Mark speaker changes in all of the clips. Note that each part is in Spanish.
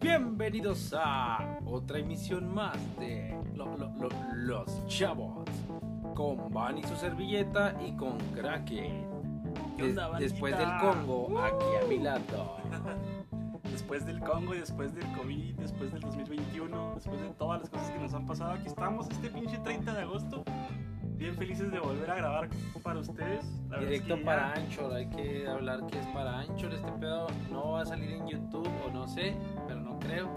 Speaker 1: bienvenidos a otra emisión más de lo- lo- lo- Los Chavos con Van y su servilleta y con Kraken.
Speaker 2: ¿Qué
Speaker 1: Des-
Speaker 2: onda, bandita?
Speaker 1: después del Congo, aquí a mi lado.
Speaker 2: Después del Congo, después del COVID, después del 2021, después de todas las cosas que nos han pasado, aquí estamos este pinche 30 de agosto. Bien felices de volver a grabar para ustedes. La verdad es
Speaker 1: Directo
Speaker 2: que ya-
Speaker 1: para Anchor, hay que hablar que es para Anchor. Este pedo no va a salir en YouTube o no sé, pero no creo.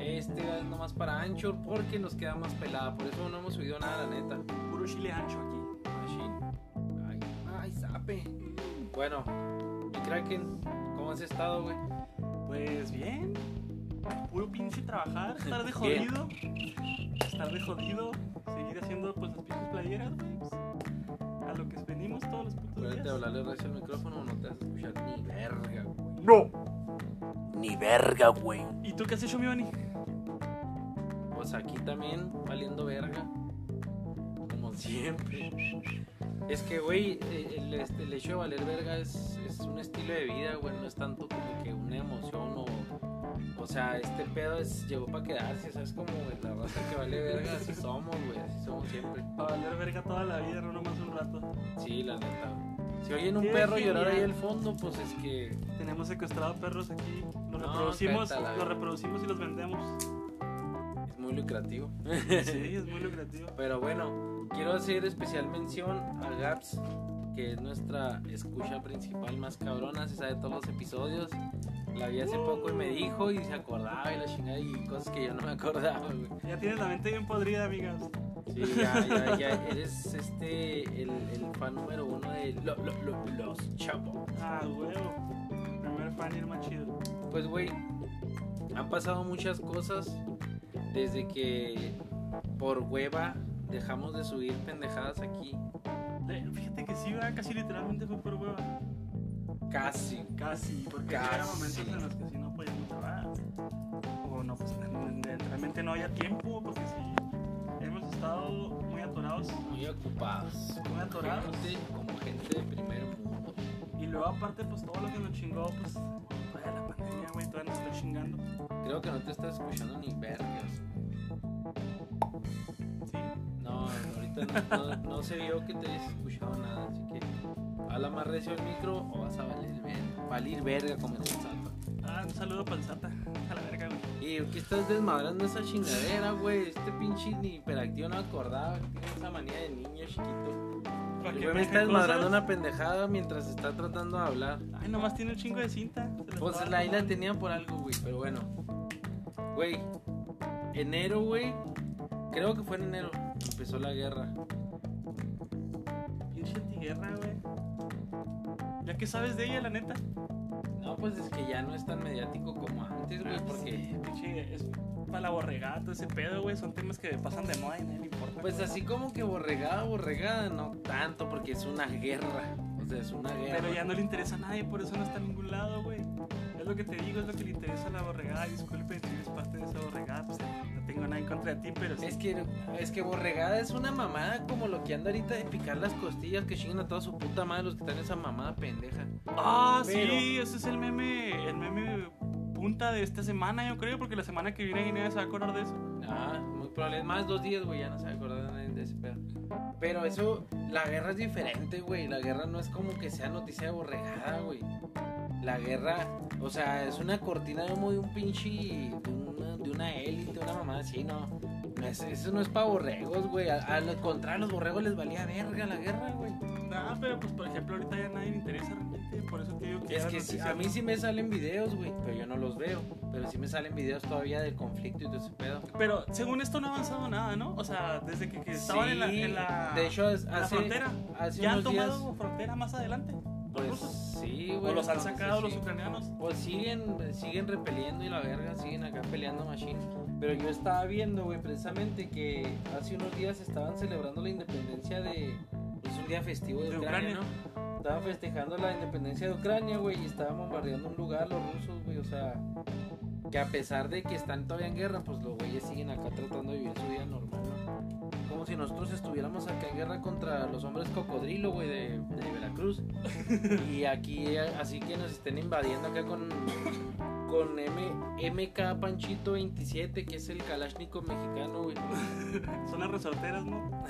Speaker 1: Este es nomás para Anchor porque nos queda más pelada. Por eso no hemos subido nada, la neta.
Speaker 2: Puro chile ancho aquí.
Speaker 1: Machine. Ay, ay, sape. Bueno, y Kraken, ¿cómo has estado, güey?
Speaker 2: Pues bien. Puro pinche trabajar, estar de
Speaker 1: Bien.
Speaker 2: jodido. Estar de jodido. Seguir haciendo pues las pinches playeras, güey, pues, A lo que venimos todos los putos días.
Speaker 1: Acuérdate de hablarle recio al micrófono, no te vas a escuchar ni verga, güey.
Speaker 2: ¡No! Ni verga, güey. ¿Y tú qué has hecho, mi Bani?
Speaker 1: Pues aquí también, valiendo verga. Como siempre. Es que, güey, eh, el, este, el hecho de valer verga es, es un estilo de vida, güey. No es tanto como que una emoción o. O sea, este pedo es, llegó para quedarse, ¿sabes? Como güey, la raza que vale verga, así somos, güey. Así somos siempre.
Speaker 2: Para valer verga toda la vida, no nomás un rato.
Speaker 1: Sí, la neta. güey. Si oyen un
Speaker 2: Qué
Speaker 1: perro llorar ahí
Speaker 2: genial.
Speaker 1: al fondo, pues es que.
Speaker 2: Tenemos secuestrados perros aquí. Los
Speaker 1: No,
Speaker 2: reproducimos,
Speaker 1: cántala.
Speaker 2: los reproducimos y los vendemos.
Speaker 1: Es muy lucrativo.
Speaker 2: Sí, es muy lucrativo.
Speaker 1: Pero bueno, quiero hacer especial mención a Gaps, que es nuestra escucha principal más cabrona, se sabe todos los episodios. La vi hace poco y me dijo y se acordaba y la chingada y cosas que yo no me acordaba, güey.
Speaker 2: Ya tienes la mente bien podrida, amigas.
Speaker 1: Sí, ya, ya, ya. Eres este, el, el fan número uno de lo- lo- lo- los chavos.
Speaker 2: Ah, huevo. Primer fan y el más chido.
Speaker 1: Pues, güey, han pasado muchas cosas desde que por hueva dejamos de subir pendejadas aquí.
Speaker 2: Eh, Fíjate que sí, ¿verdad? casi literalmente fue por hueva.
Speaker 1: Casi.
Speaker 2: Casi, porque
Speaker 1: Casi.
Speaker 2: había momentos en los que sí no podíamos grabar. O no, pues realmente no había tiempo, porque sí. Hemos estado muy atorados.
Speaker 1: Muy ocupados.
Speaker 2: Muy atorados.
Speaker 1: Gente como gente de primer mundo.
Speaker 2: Y luego aparte, pues todo lo que nos chingó, pues todavía la pandemia, güey, todavía nos está chingando.
Speaker 1: Creo que no te estás escuchando ni vergas.
Speaker 2: Sí.
Speaker 1: No, ahorita no, no- no se vio que te hayas escuchado nada, así que habla más recio el micro o vas a valer verga. Valir verga como el santo.
Speaker 2: Ah, un saludo para el Sata. A la verga, güey.
Speaker 1: Y que estás desmadrando esa chingadera, güey. Este pinche ni hiperactivo no acordaba. Tiene esa manía de niño chiquito.
Speaker 2: Pa'
Speaker 1: El
Speaker 2: que
Speaker 1: güey me
Speaker 2: me
Speaker 1: está
Speaker 2: deje
Speaker 1: desmadrando
Speaker 2: cosas.
Speaker 1: una pendejada mientras está tratando de hablar.
Speaker 2: Ay, nomás tiene un chingo de cinta. Se la
Speaker 1: Pues
Speaker 2: estaba
Speaker 1: la isla
Speaker 2: tomando.
Speaker 1: tenía por algo, güey. Pero bueno. Güey, enero, güey. Creo que fue en enero. Empezó la guerra.
Speaker 2: Pinche antiguerra, güey. Ya que sabes de ella, la neta.
Speaker 1: No, pues es que ya no es tan mediático como antes, güey. Porque,
Speaker 2: Ah, Sí, pinche, es para la borregato, ese pedo, güey. Son temas que pasan de moda y nadie le importa.
Speaker 1: pues
Speaker 2: güey.
Speaker 1: así como que borregada, borregada, no tanto, porque es una guerra. O sea, es una guerra.
Speaker 2: Pero ya no le interesa a nadie, por eso no está en ningún lado, güey. Es lo que te digo, es lo que le interesa a la borregada. Disculpe si eres parte de esa borregada. Pues, no tengo nada en contra de ti, pero sí.
Speaker 1: Es que, es que borregada es una mamada como lo que anda ahorita de picar las costillas que chingan a toda su puta madre los que están en esa mamada pendeja.
Speaker 2: Ah,
Speaker 1: Pero-
Speaker 2: sí, ese es el meme, el meme punta de esta semana, yo creo, porque la semana que viene Guinea se va a acordar de eso.
Speaker 1: Ah, muy probable. Más dos días, güey, ya no se acuerdan de- de ese pedo. Pero eso, la guerra es diferente, güey. La guerra no es como que sea noticia de borregada, güey. La guerra, o sea, es una cortina de humo de un pinche. de una, de una élite, una mamada así, no. No es- eso no es para borregos, güey. A- Al contrario, a los borregos les valía verga la guerra, güey.
Speaker 2: Nah, pero pues por ejemplo ahorita ya a nadie le interesa realmente, por eso te digo que...
Speaker 1: Es
Speaker 2: ya
Speaker 1: que
Speaker 2: no
Speaker 1: sí,
Speaker 2: sé
Speaker 1: a
Speaker 2: si-
Speaker 1: mí sí me salen videos, güey, pero yo no los veo. Pero sí me salen videos todavía del conflicto y todo ese pedo.
Speaker 2: ah, Pero según esto no ha avanzado nada, ¿no? O sea, desde que, que estaban en la,
Speaker 1: Sí,
Speaker 2: en la-
Speaker 1: de hecho, es-
Speaker 2: en la
Speaker 1: hace,
Speaker 2: frontera.
Speaker 1: hace
Speaker 2: Ya han
Speaker 1: unos
Speaker 2: tomado
Speaker 1: días,
Speaker 2: frontera más adelante. los
Speaker 1: pues
Speaker 2: rusos.
Speaker 1: sí, güey.
Speaker 2: o los han
Speaker 1: entonces,
Speaker 2: sacado los
Speaker 1: sí.
Speaker 2: ucranianos.
Speaker 1: Pues siguen, siguen repeliendo y la verga, siguen acá peleando machine. Pero yo estaba viendo, güey, precisamente que hace unos días estaban celebrando la independencia de... Es un día festivo de,
Speaker 2: De
Speaker 1: Ucrania,
Speaker 2: Ucrania.
Speaker 1: ¿no? Estaban festejando la independencia de Ucrania, güey, y estaban bombardeando un lugar los rusos, güey, o sea... Que a pesar de que están todavía en guerra, pues los güeyes siguen acá tratando de vivir su vida normal, ¿no? Como si nosotros estuviéramos acá en guerra contra los hombres cocodrilo, güey, de, de Veracruz. Y aquí, eh, así que nos estén invadiendo acá con con M MK Panchito 27, que es el Kalashnikov mexicano, güey.
Speaker 2: Son las resorteras, ¿no?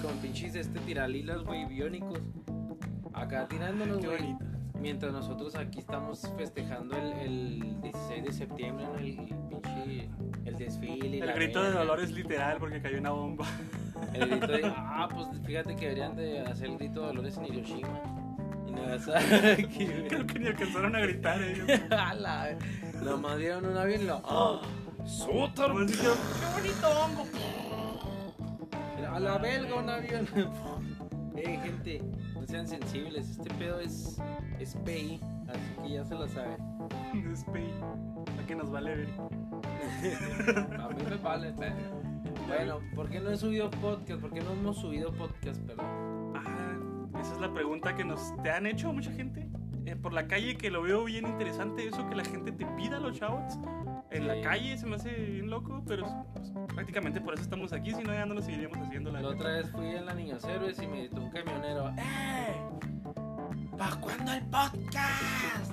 Speaker 1: con pinches este tiralilas, güey, biónicos. Acá tirándonos,
Speaker 2: Qué
Speaker 1: Pues, güey.
Speaker 2: bonito.
Speaker 1: Mientras nosotros aquí estamos festejando el, el 16 de septiembre, ¿no? el, el pinche el desfile. y
Speaker 2: El
Speaker 1: la
Speaker 2: grito de
Speaker 1: verga.
Speaker 2: dolor es literal porque cayó una bomba.
Speaker 1: El grito de. Ah, pues fíjate que deberían de hacer el grito de Dolores en Hiroshima. Y Nagasaki, güey.
Speaker 2: Creo que ni alcanzaron a gritar ellos.
Speaker 1: A la- Nomás dieron un avión y lo. ¡Ah! ¡Sótano!
Speaker 2: Nomás dijeron, ¡Qué bonito hongo!
Speaker 1: A la belga un avión. eh, gente, no sean sensibles. Este pedo es. Es PI. Así que ya se lo saben.
Speaker 2: Despey. A que nos vale ver.
Speaker 1: A mí me vale, pero. Bueno, ¿por qué no he subido podcast? ¿Por qué no hemos subido podcast, perdón?
Speaker 2: Ah, esa es la pregunta que nos te han hecho mucha gente. Eh, por la calle que lo veo bien interesante eso que la gente te pida los shoutouts. En la
Speaker 1: Sí.
Speaker 2: calle se me hace bien loco, pero pues, prácticamente por eso estamos aquí, si no ya no lo seguiríamos haciendo la
Speaker 1: La otra vez fui en la Niños Héroes y me gritó un camionero. ¡Eh! ¿Pa' cuándo el podcast?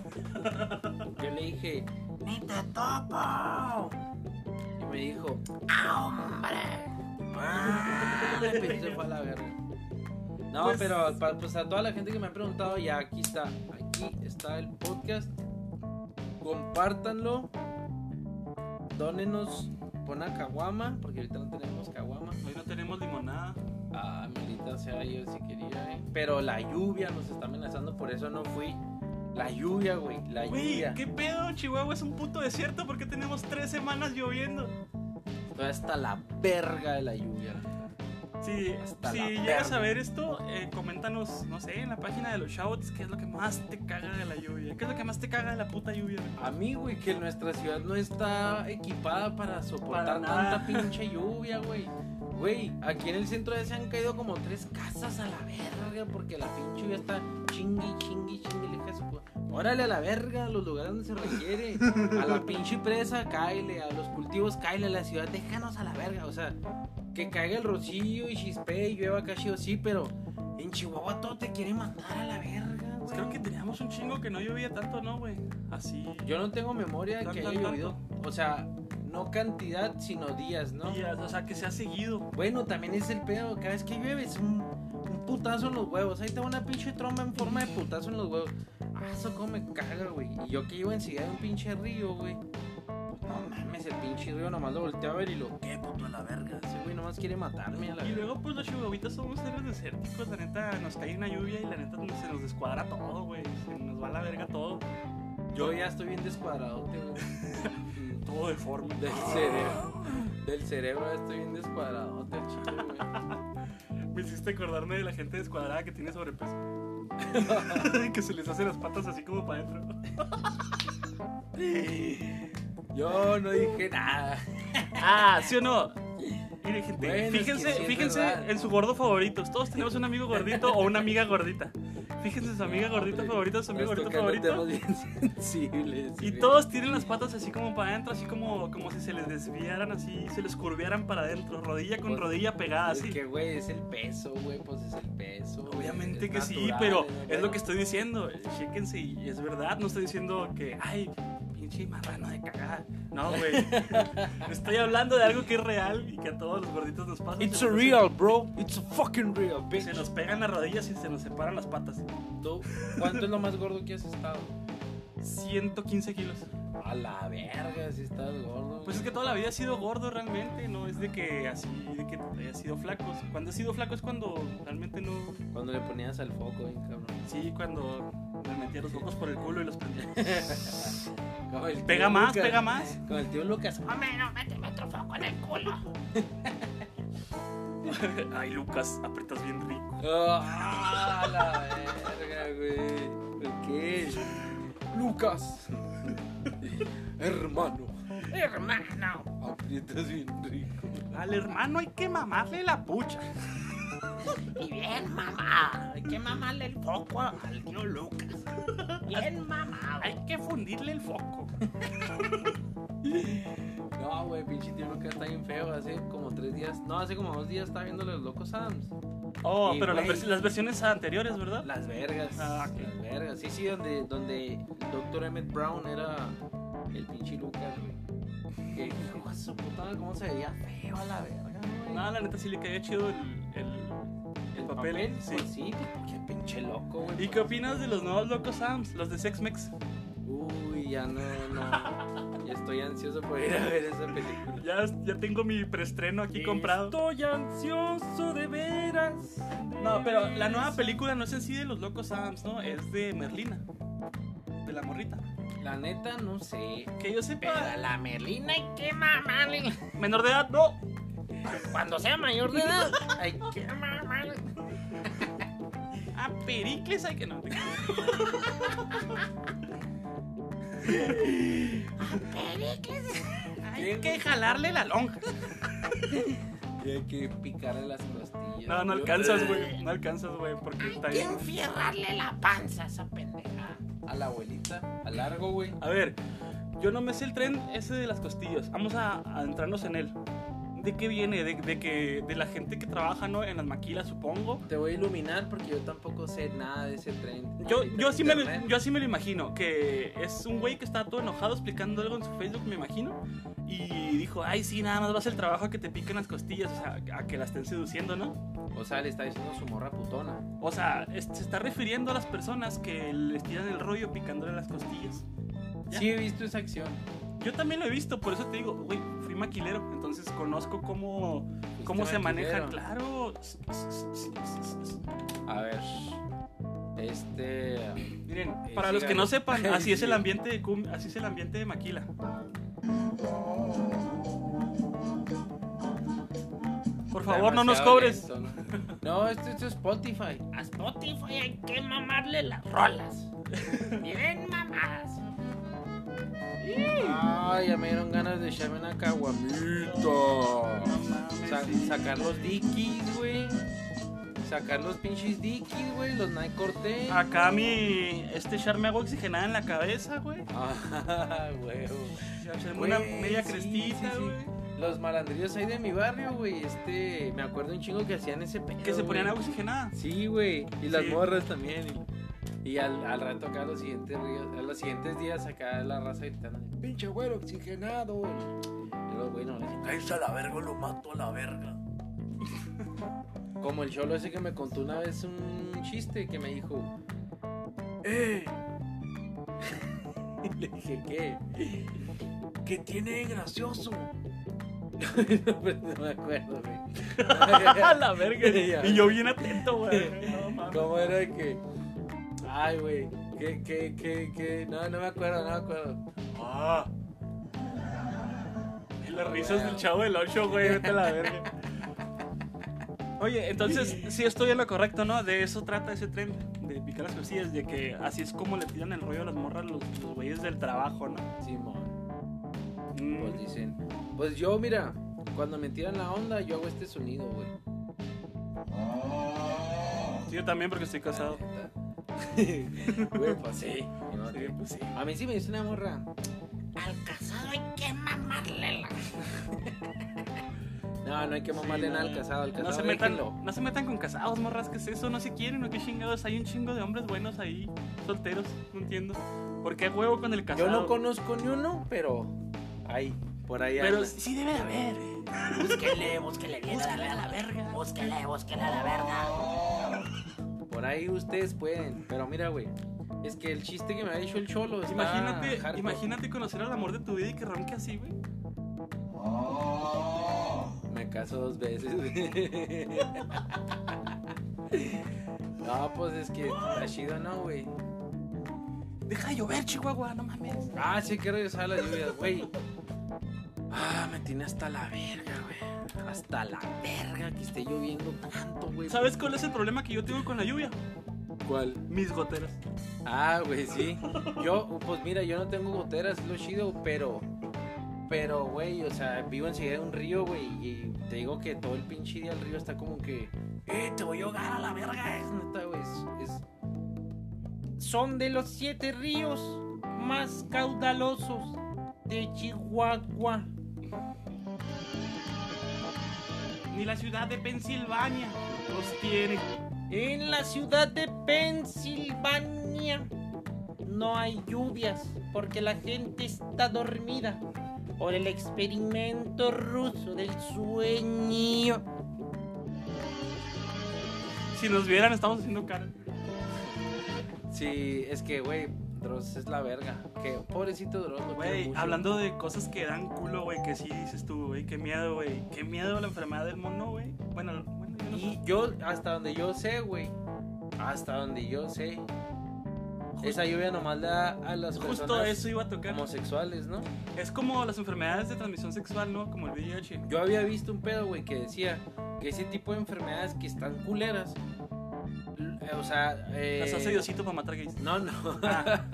Speaker 1: Yo le dije, ¡Ni te topo! Y me dijo, ¡Ah, hombre! Y se fue a la verga. No,
Speaker 2: Pues-
Speaker 1: pero pa- pues a toda la gente que me ha preguntado, ya aquí está. Aquí está el podcast. Compártanlo. Dónenos. Pon a Caguama, porque ahorita no tenemos Caguama.
Speaker 2: Hoy no tenemos limonada.
Speaker 1: Ah, maldita sea, yo sí quería, eh. Pero la lluvia nos está amenazando, por eso no fui. La lluvia, güey, la
Speaker 2: Güey,
Speaker 1: lluvia.
Speaker 2: ¿qué pedo? Chihuahua es un puto desierto porque tenemos tres semanas lloviendo.
Speaker 1: Toda hasta la verga de la lluvia.
Speaker 2: Si,
Speaker 1: Hasta
Speaker 2: si
Speaker 1: la
Speaker 2: llegas
Speaker 1: verga.
Speaker 2: a ver esto, eh, coméntanos, no sé, en la página de los shouts, qué es lo que más te caga de la lluvia. ¿Qué es lo que más te caga de la puta lluvia?
Speaker 1: A mí, güey, que nuestra ciudad no está equipada para
Speaker 2: Para
Speaker 1: soportar
Speaker 2: nada.
Speaker 1: tanta pinche lluvia, güey. Güey, aquí en el centro ya se han caído como tres casas a la verga porque la pinche lluvia está chingui, chingui, chingui. le deja su pu- Órale a la verga, a los lugares donde se requiere. A la pinche presa, cáele. A los cultivos, cáele. A la ciudad, déjanos a la verga. O sea, que caiga el rocío y chispe y llueva cachillo, sí, pero en Chihuahua todo te quiere matar a la verga,
Speaker 2: Pues
Speaker 1: güey.
Speaker 2: creo que teníamos un chingo que no llovía tanto, ¿no, güey? Así.
Speaker 1: Yo no tengo memoria de
Speaker 2: Tan,
Speaker 1: que
Speaker 2: tan,
Speaker 1: haya llovido. O sea, no cantidad, sino días, ¿no?
Speaker 2: días, o sea, que se ha seguido.
Speaker 1: Bueno, también es el pedo. Cada vez que llueve es un, un putazo en los huevos. Ahí te va una pinche tromba en forma de putazo en los huevos. Ah, eso como me caga, güey. Y yo que iba enseguida de un pinche río, güey. No mames, el pinche río nomás lo volteé a ver y lo. ¿Qué puto a la verga? Ese güey nomás quiere matarme a la
Speaker 2: Y
Speaker 1: verga.
Speaker 2: luego, pues los chihuahuitas somos seres desérticos. La neta, nos cae una lluvia y la neta se nos descuadra todo, güey. Se nos va a la verga todo.
Speaker 1: Yo ya estoy bien descuadrado, güey.
Speaker 2: Todo deforme.
Speaker 1: Del cerebro. Del cerebro ya estoy bien descuadrado, te chido, güey.
Speaker 2: Me hiciste acordarme de la gente descuadrada que tiene sobrepeso. que se les hace las patas así como para adentro.
Speaker 1: Yo no dije nada.
Speaker 2: Ah, ¿sí o no? Mire, gente,
Speaker 1: Bueno, es que
Speaker 2: fíjense,
Speaker 1: sí es
Speaker 2: fíjense
Speaker 1: verdad.
Speaker 2: en su gordo favorito. Todos tenemos un amigo gordito o una amiga gordita. Fíjense en su amiga gordita
Speaker 1: Hombre,
Speaker 2: favorita, su amigo
Speaker 1: estás
Speaker 2: gordito
Speaker 1: tocando
Speaker 2: favorito.
Speaker 1: temas bien sensibles.
Speaker 2: Y
Speaker 1: güey.
Speaker 2: todos tienen las patas así como para adentro, así como, como si se les desviaran, así se les curvearan para adentro, rodilla con
Speaker 1: Pues,
Speaker 2: rodilla pegada,
Speaker 1: Es
Speaker 2: así.
Speaker 1: que, güey, es el peso, güey, pues es el peso. güey,
Speaker 2: Obviamente
Speaker 1: es
Speaker 2: que sí,
Speaker 1: natural,
Speaker 2: pero
Speaker 1: ¿no?
Speaker 2: es lo que estoy diciendo. eh, Chéquense y es verdad, no estoy diciendo que, ay, pinche marrano de cagada. No, güey. estoy hablando de algo que es real y que a todos los gorditos nos pasa.
Speaker 1: It's
Speaker 2: Se
Speaker 1: a
Speaker 2: nos-
Speaker 1: real, bro. It's a fucking real, bitch.
Speaker 2: Se nos pegan las rodillas y se nos separan las patas.
Speaker 1: ¿Tú? ¿Cuánto es lo más gordo que has estado?
Speaker 2: 115 kilos.
Speaker 1: A la verga, si estás gordo.
Speaker 2: Pues es que toda la vida he sido gordo realmente, no es de que así, de que haya sido flaco. Cuando he sido flaco es cuando realmente no.
Speaker 1: Cuando le ponías al foco, güey, cabrón.
Speaker 2: Sí, cuando me metía los ojos por el culo y los prendía.
Speaker 1: Como el tío
Speaker 2: Pega más,
Speaker 1: Lucas.
Speaker 2: pega más.
Speaker 1: Con el tío Lucas.
Speaker 3: Hombre, no, méteme otro foco en el culo.
Speaker 2: Ay, Lucas, aprietas bien rico.
Speaker 1: Ah, a la verga, güey. ¿Por qué? Lucas. Hermano.
Speaker 3: Hermano.
Speaker 1: Aprietas bien rico.
Speaker 2: Al hermano hay que mamarle la pucha.
Speaker 3: Y bien, mamá. Hay que mamarle el foco al tío Lucas. Bien, mamá.
Speaker 2: Hay que fundirle el foco.
Speaker 1: No, güey, pinche tío Lucas está bien feo. Hace como tres días. No, hace como dos días estaba viendo los locos Adams.
Speaker 2: Oh,
Speaker 1: Y,
Speaker 2: pero las,
Speaker 1: güey.
Speaker 2: vers- las versiones anteriores, ¿verdad?
Speaker 1: Las vergas.
Speaker 2: Ah, ok.
Speaker 1: Las vergas. Sí, sí, donde, donde el doctor Emmett Brown era el pinche Lucas, güey. Que hijo de su puta madre, cómo se veía feo a la verga, güey.
Speaker 2: Nada, la neta sí le caía chido el, el- Ah, el papel. eh?
Speaker 1: Sí,
Speaker 2: Sí.
Speaker 1: pues sí, qué pinche loco, güey.
Speaker 2: ¿Y qué opinas de los nuevos locos Sams? Los de Sex Mex.
Speaker 1: Uy, ya no, no. Ya estoy ansioso por ir a ver esa película.
Speaker 2: Ya, ya tengo mi preestreno aquí comprado.
Speaker 1: Estoy ansioso de veras.
Speaker 2: No, pero la nueva película no es en sí de los locos Adams, ¿no? Es de Merlina. De la morrita.
Speaker 1: La neta, no sé.
Speaker 2: Que yo
Speaker 3: Pero
Speaker 2: sepa.
Speaker 3: a la Merlina y qué mamarle.
Speaker 2: Menor de edad, no.
Speaker 3: Cuando sea mayor de edad, hay que mamarle.
Speaker 2: A Ah, Pericles hay que no. Hay que jalarle la lonja.
Speaker 1: Tiene que picarle las costillas.
Speaker 2: No, no alcanzas, güey. No alcanzas, güey, porque
Speaker 3: Hay
Speaker 2: está
Speaker 3: que
Speaker 2: bien.
Speaker 3: enfierrarle la panza a esa pendeja.
Speaker 1: A la abuelita, a largo, güey.
Speaker 2: A ver, yo no me sé el tren ese de las costillas. Vamos a, a entrarnos en él. ¿De qué viene? De, de que de la gente que trabaja ¿no? en las maquilas, supongo.
Speaker 1: Te voy a iluminar porque yo tampoco sé nada de ese tren.
Speaker 2: Yo,
Speaker 1: Ahorita
Speaker 2: yo,
Speaker 1: en
Speaker 2: sí me
Speaker 1: internet.
Speaker 2: lo, yo sí me lo imagino, que es un güey que está todo enojado explicando algo en su Facebook, me imagino. Y dijo, ay, sí, nada más vas el trabajo a que te piquen las costillas, o sea, a que la estén seduciendo, ¿no?
Speaker 1: O sea, le está diciendo su morra putona.
Speaker 2: O sea, es- se está refiriendo a las personas que les tiran el rollo picándole las costillas. Ya.
Speaker 1: Sí, he visto esa acción.
Speaker 2: Yo también lo he visto, por eso te digo, güey, fui maquilero, entonces conozco cómo, cómo
Speaker 1: Fuiste
Speaker 2: se maneja,
Speaker 1: maquilero.
Speaker 2: claro.
Speaker 1: A ver. Este.
Speaker 2: Miren,
Speaker 1: Eh,
Speaker 2: para los que
Speaker 1: síganlo.
Speaker 2: no sepan, así es el
Speaker 1: Sí.
Speaker 2: ambiente de cum- así es el ambiente de maquila. Por favor, no nos
Speaker 1: demasiado
Speaker 2: cobres.
Speaker 1: lento, ¿no? No, esto, esto es Spotify.
Speaker 3: A Spotify hay que mamarle las rolas. Bien mamadas.
Speaker 1: Ay, ya me dieron ganas de echarme una caguamita. Sa- sacar los dickies, güey. Sacar los pinches dickies, güey. Los Nike Cortez.
Speaker 2: Acá mi este char me hago oxigenada en la cabeza, güey.
Speaker 1: Ah, huevo.
Speaker 2: Echarme
Speaker 1: Güey,
Speaker 2: Una media
Speaker 1: sí, sí,
Speaker 2: crestita,
Speaker 1: sí.
Speaker 2: güey.
Speaker 1: Los malandrillos ahí de mi barrio, güey. Este, me acuerdo un chingo que hacían ese pedo.
Speaker 2: Que se ponían
Speaker 1: güey.
Speaker 2: agua oxigenada.
Speaker 1: Sí, güey. Y las
Speaker 2: Sí.
Speaker 1: morras también. Y, y al, al rato acá, los siguientes, ríos- a los siguientes días, acá la raza gritando: ¡Pinche güero oxigenado! Y los güey no le dicen:
Speaker 4: Cállese a la verga, lo mato a la verga.
Speaker 1: Como el cholo ese que me contó una vez un chiste que me dijo,
Speaker 4: Eh,
Speaker 1: le dije, ¿qué?
Speaker 4: ¿qué tiene de gracioso?
Speaker 1: no, pues, no me acuerdo,
Speaker 2: A
Speaker 1: güey.
Speaker 2: la verga.
Speaker 1: Ya.
Speaker 2: Y yo bien atento, güey. No, mames.
Speaker 1: ¿Cómo era que? Ay, güey, que, que, que, que, no, no me acuerdo, no me acuerdo.
Speaker 2: Ah. Y Las risas
Speaker 1: Bueno.
Speaker 2: del chavo del 8, güey, vete a la verga. Oye, entonces sí estoy en lo correcto, ¿no? De eso trata ese tren, de picar las cosillas, de que así es como le tiran el rollo a las morras los, los güeyes del trabajo, ¿no?
Speaker 1: Simón,
Speaker 2: Mm,
Speaker 1: pues dicen, pues yo, mira, cuando me tiran la onda, yo hago este sonido, güey.
Speaker 2: sí, yo también porque estoy casado.
Speaker 1: Güey, pues sí. No,
Speaker 2: Sí, pues sí.
Speaker 1: A mí sí me dice una morra.
Speaker 3: Al casado hay que mamarle la.
Speaker 1: No, no hay que mamarle
Speaker 2: Sí,
Speaker 1: nada
Speaker 2: no,
Speaker 1: al casado, al casado.
Speaker 2: No se, metan,
Speaker 1: déjenlo.
Speaker 2: no se metan con casados, morras, ¿qué es eso? No se quieren, ¿no? ¿Qué chingados? Hay un chingo de hombres buenos ahí, solteros, no entiendo. ¿Por qué huevo con el casado?
Speaker 1: Yo no conozco ni uno, pero ahí, por ahí
Speaker 2: Pero
Speaker 1: anda.
Speaker 2: sí debe de haber. eh.
Speaker 3: Búsquele, búsquele bien a
Speaker 2: Búsquele
Speaker 3: la
Speaker 2: a la
Speaker 3: verga.
Speaker 2: verga.
Speaker 3: Búsquele, búsquele a la verga.
Speaker 1: Por ahí ustedes pueden. Pero mira, güey. Es que el chiste que me ha dicho el cholo
Speaker 2: Ah,
Speaker 1: está
Speaker 2: Imagínate,
Speaker 1: hardcore.
Speaker 2: imagínate conocer al amor de tu vida y que ronque así, güey.
Speaker 1: Me caso dos veces. no, pues es que está chido, ¿no, güey?
Speaker 2: Deja de llover, Chihuahua, no mames.
Speaker 1: Ah, sí, quiero regresar a las lluvias, güey. Ah, me tiene hasta la verga, güey. Hasta la verga que esté lloviendo tanto, güey.
Speaker 2: ¿Sabes cuál es el problema que yo tengo con la lluvia?
Speaker 1: cuál?
Speaker 2: Mis goteras.
Speaker 1: Ah, güey, sí. Yo, pues mira, yo no tengo goteras, es lo chido, pero. Pero, güey, o sea, vivo enseguida de un río, güey, y te digo que todo el pinche día el río está como que. ¡Eh, te voy a ahogar a la verga! Es neta, güey. Es, es-
Speaker 3: Son de los siete ríos más caudalosos de Chihuahua.
Speaker 2: Ni la ciudad de Pensilvania los tiene.
Speaker 3: En la ciudad de Pensilvania no hay lluvias porque la gente está dormida por el experimento ruso del sueño.
Speaker 2: Si nos vieran, estamos haciendo cara.
Speaker 1: Sí, es que, güey, Dross es la verga. Que pobrecito Dross. lo quiero
Speaker 2: Güey,
Speaker 1: mucho.
Speaker 2: hablando de cosas que dan culo, güey, que sí dices tú, güey, qué miedo, güey. Qué miedo la enfermedad del mono, güey. Bueno, bueno, yo no sé.
Speaker 1: Y yo, hasta donde yo sé, güey. Hasta donde yo sé. Esa lluvia nomás le da a las
Speaker 2: Justo
Speaker 1: personas
Speaker 2: eso iba a tocar.
Speaker 1: homosexuales, ¿no?
Speaker 2: Es como las enfermedades de transmisión sexual, ¿no? Como el VIH.
Speaker 1: Yo había visto un pedo, güey, que decía que ese tipo de enfermedades que están culeras. l- eh, O sea, eh,
Speaker 2: Las hace Diosito para matar gays.
Speaker 1: No, no.
Speaker 2: Ah,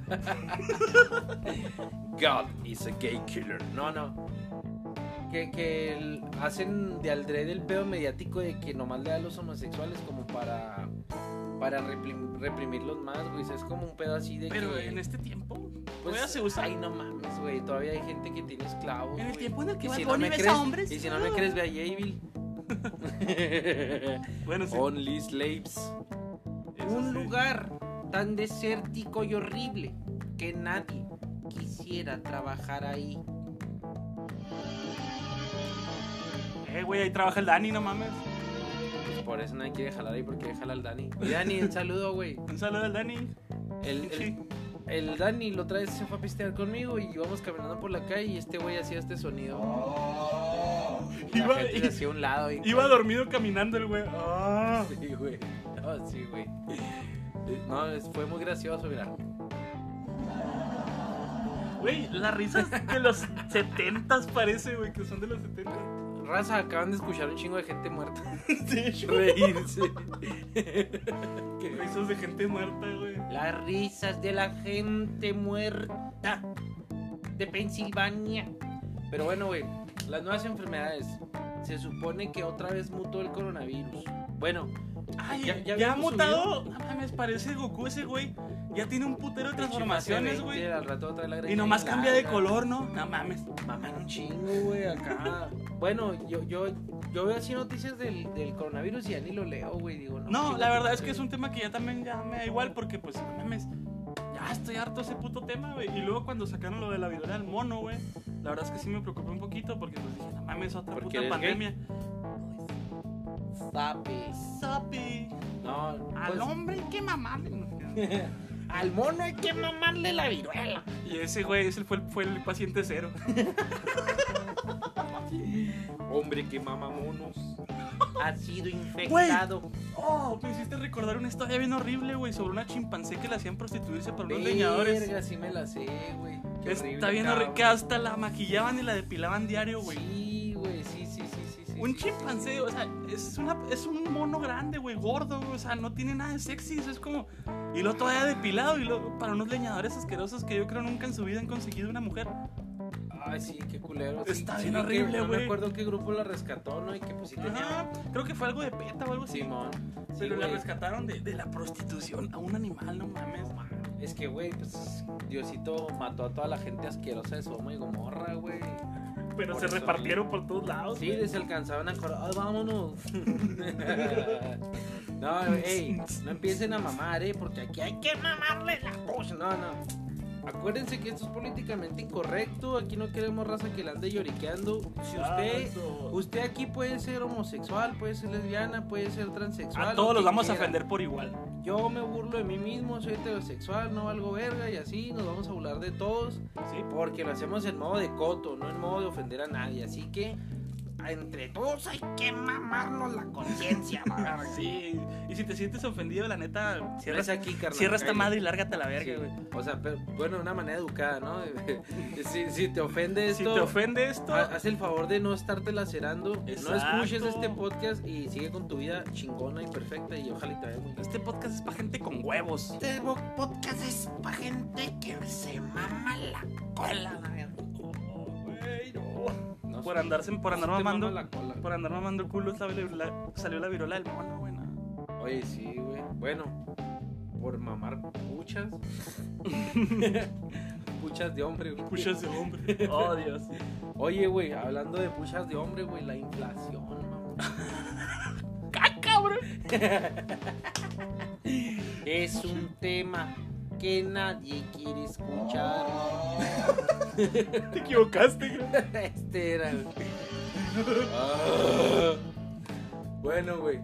Speaker 1: God is a gay killer. No, no. Que, que el- hacen de aldrede el pedo mediático de que nomás le da a los homosexuales como para para reprim- reprimirlos más, güey. O sea, es como un pedo así de
Speaker 2: pero
Speaker 1: que...
Speaker 2: en este tiempo,
Speaker 1: pues,
Speaker 2: todavía se usa.
Speaker 1: Ay, no mames, güey. Todavía hay gente que tiene esclavos,
Speaker 2: En el
Speaker 1: güey.
Speaker 2: tiempo en el que
Speaker 1: Y
Speaker 2: Bad
Speaker 1: si no
Speaker 2: Bunny
Speaker 1: me
Speaker 2: besa
Speaker 1: crees,
Speaker 2: hombres.
Speaker 1: y si no me crees, ve a Jabil.
Speaker 2: Bueno, sí.
Speaker 1: Only slaves.
Speaker 2: eso
Speaker 1: Un
Speaker 2: sí.
Speaker 1: lugar tan desértico y horrible que nadie quisiera trabajar ahí.
Speaker 2: Eh, güey, ahí trabaja el Dani, no mames.
Speaker 1: Pues Por eso nadie quiere jalar ahí porque jala al Dani. Y Dani, un saludo, güey.
Speaker 2: Un saludo al Dani.
Speaker 1: El, el, el Dani lo trae, se fue a pistear conmigo y íbamos caminando por la calle y este güey hacía este sonido. Y la
Speaker 2: Iba-
Speaker 1: gente se hacía a un lado. Y,
Speaker 2: Iba dormido caminando el güey. Ah.
Speaker 1: Sí, güey. Oh, sí, güey. No, es- fue muy gracioso, mira.
Speaker 2: Güey, las risas de los 70 parece, güey, que son de los 70.
Speaker 1: Raza, acaban de escuchar un chingo de gente muerta.
Speaker 2: Sí,
Speaker 1: Reírse.
Speaker 2: risas de gente muerta, güey.
Speaker 3: Las risas de la gente muerta de Pensilvania.
Speaker 1: Pero bueno, güey, las nuevas enfermedades. Se supone que otra vez mutó el coronavirus. Bueno,
Speaker 2: Ay,
Speaker 1: Ya-
Speaker 2: ya,
Speaker 1: ya
Speaker 2: ha
Speaker 1: habíamos
Speaker 2: mutado. No mames, parece Goku ese güey. Ya tiene un putero de transformaciones,
Speaker 1: pinche eh, fase
Speaker 2: güey.
Speaker 1: 20, Al rato otra vez la
Speaker 2: Y
Speaker 1: greña
Speaker 2: nomás
Speaker 1: larga.
Speaker 2: cambia de color, ¿no? No mames.
Speaker 1: Maman un chingo, güey, acá. bueno, yo, yo, yo veo así noticias del, del coronavirus y ya ni lo leo, güey. Digo, no.
Speaker 2: No, la
Speaker 1: fíjate,
Speaker 2: verdad es que
Speaker 1: güey.
Speaker 2: es un tema que ya también ya me da igual porque pues no mames. Ya estoy harto de ese puto tema, güey. Y luego cuando sacaron lo de la viruela del mono, güey, la verdad es que sí me preocupé un poquito porque pues dije, no mames, otra
Speaker 1: ¿Porque
Speaker 2: puta
Speaker 1: eres
Speaker 2: pandemia. Pues,
Speaker 1: Sape.
Speaker 2: Sapi.
Speaker 1: No,
Speaker 2: Al
Speaker 1: pues,
Speaker 2: hombre hay que mamarle.
Speaker 3: Al mono hay que mamarle la viruela.
Speaker 2: Y ese güey ese fue, el- fue el paciente cero.
Speaker 1: hombre que mama monos.
Speaker 3: Ha sido infectado.
Speaker 2: Oh, me hiciste recordar una historia bien horrible, güey, sobre una chimpancé que la hacían prostituirse para unos leñadores.
Speaker 1: Verga, sí me la sé, güey. Qué
Speaker 2: Está
Speaker 1: horrible,
Speaker 2: bien horrible. Que
Speaker 1: cabrón.
Speaker 2: hasta la maquillaban y la depilaban diario, güey.
Speaker 1: Sí, güey, sí, sí, sí, sí, sí.
Speaker 2: Un
Speaker 1: sí, sí,
Speaker 2: chimpancé, o sea, es, una, es un mono grande, güey, gordo, güey, o sea, no tiene nada de sexy, eso es como... Y lo todavía depilado, y lo, para unos leñadores asquerosos que yo creo nunca en su vida han conseguido una mujer.
Speaker 1: Ay, sí, qué culero. sí,
Speaker 2: Está
Speaker 1: sí,
Speaker 2: bien
Speaker 1: vi que-
Speaker 2: horrible,
Speaker 1: No me
Speaker 2: güey.
Speaker 1: acuerdo qué grupo la rescató, ¿no? Y que pues sí tenía.
Speaker 2: Ajá, creo que fue algo de peta o algo así.
Speaker 1: Simón. Sí,
Speaker 2: Pero la
Speaker 1: güey.
Speaker 2: rescataron de, de la prostitución a un animal, no mames.
Speaker 1: Es que, güey, pues Diosito mató a toda la gente asquerosa de Soma y Gomorra, güey.
Speaker 2: Pero
Speaker 1: Por
Speaker 2: se
Speaker 1: eso,
Speaker 2: repartieron por todos lados.
Speaker 1: Sí,
Speaker 2: güey.
Speaker 1: les alcanzaban a correr. ¡Ay, vámonos! no, ey, no empiecen a mamar, ¿eh? Porque aquí hay
Speaker 3: Hay que mamarle la
Speaker 1: cosa. No, no. Acuérdense que esto es políticamente incorrecto. Aquí no queremos raza que la ande lloriqueando. Si
Speaker 2: Ah,
Speaker 1: usted.
Speaker 2: Exacto.
Speaker 1: Usted aquí puede ser homosexual, puede ser lesbiana, puede ser transexual.
Speaker 2: A
Speaker 1: lo
Speaker 2: todos
Speaker 1: que
Speaker 2: los vamos a
Speaker 1: quiera.
Speaker 2: ofender por igual.
Speaker 1: Yo me burlo de mí mismo, soy heterosexual, no valgo verga y así nos vamos a burlar de todos.
Speaker 2: Sí.
Speaker 1: Porque lo hacemos en modo de coto, no en modo de ofender a nadie. Así que,
Speaker 3: Entre todos hay que mamarnos la conciencia. va.
Speaker 2: Sí. Y si te sientes ofendido, la neta, cierra,
Speaker 1: cierras aquí, carnal.
Speaker 2: cierra esta
Speaker 1: cállate.
Speaker 2: madre y lárgate a la verga,
Speaker 1: Sí.
Speaker 2: güey.
Speaker 1: O sea, pero, bueno, de una manera educada, ¿no? si, si te ofende esto,
Speaker 2: Si te ofende esto,
Speaker 1: ha- haz el favor de no estarte lacerando. No
Speaker 2: Exacto.
Speaker 1: escuches este podcast y sigue con tu vida chingona y perfecta. Y ojalá y te vaya muy bien.
Speaker 2: este podcast es para gente con huevos.
Speaker 3: Este bo- podcast es para gente que se mama la cola. la verdad.
Speaker 1: No
Speaker 2: Por
Speaker 1: sé,
Speaker 2: andarse, por andar
Speaker 1: sí te
Speaker 2: mamando,
Speaker 1: mama la cola.
Speaker 2: por andar mamando culo, salió la, salió la virola del mono, güey. no.
Speaker 1: Oye, sí, güey. Bueno, por mamar puchas. puchas de hombre, güey.
Speaker 2: Puchas de hombre. Oh, Dios.
Speaker 1: Oye, güey, hablando de puchas de hombre, güey, la inflación, mamón.
Speaker 2: Ah,
Speaker 3: Es un tema que nadie quiere escuchar.
Speaker 2: Te equivocaste.
Speaker 1: este era. güey. Ah. Bueno, güey.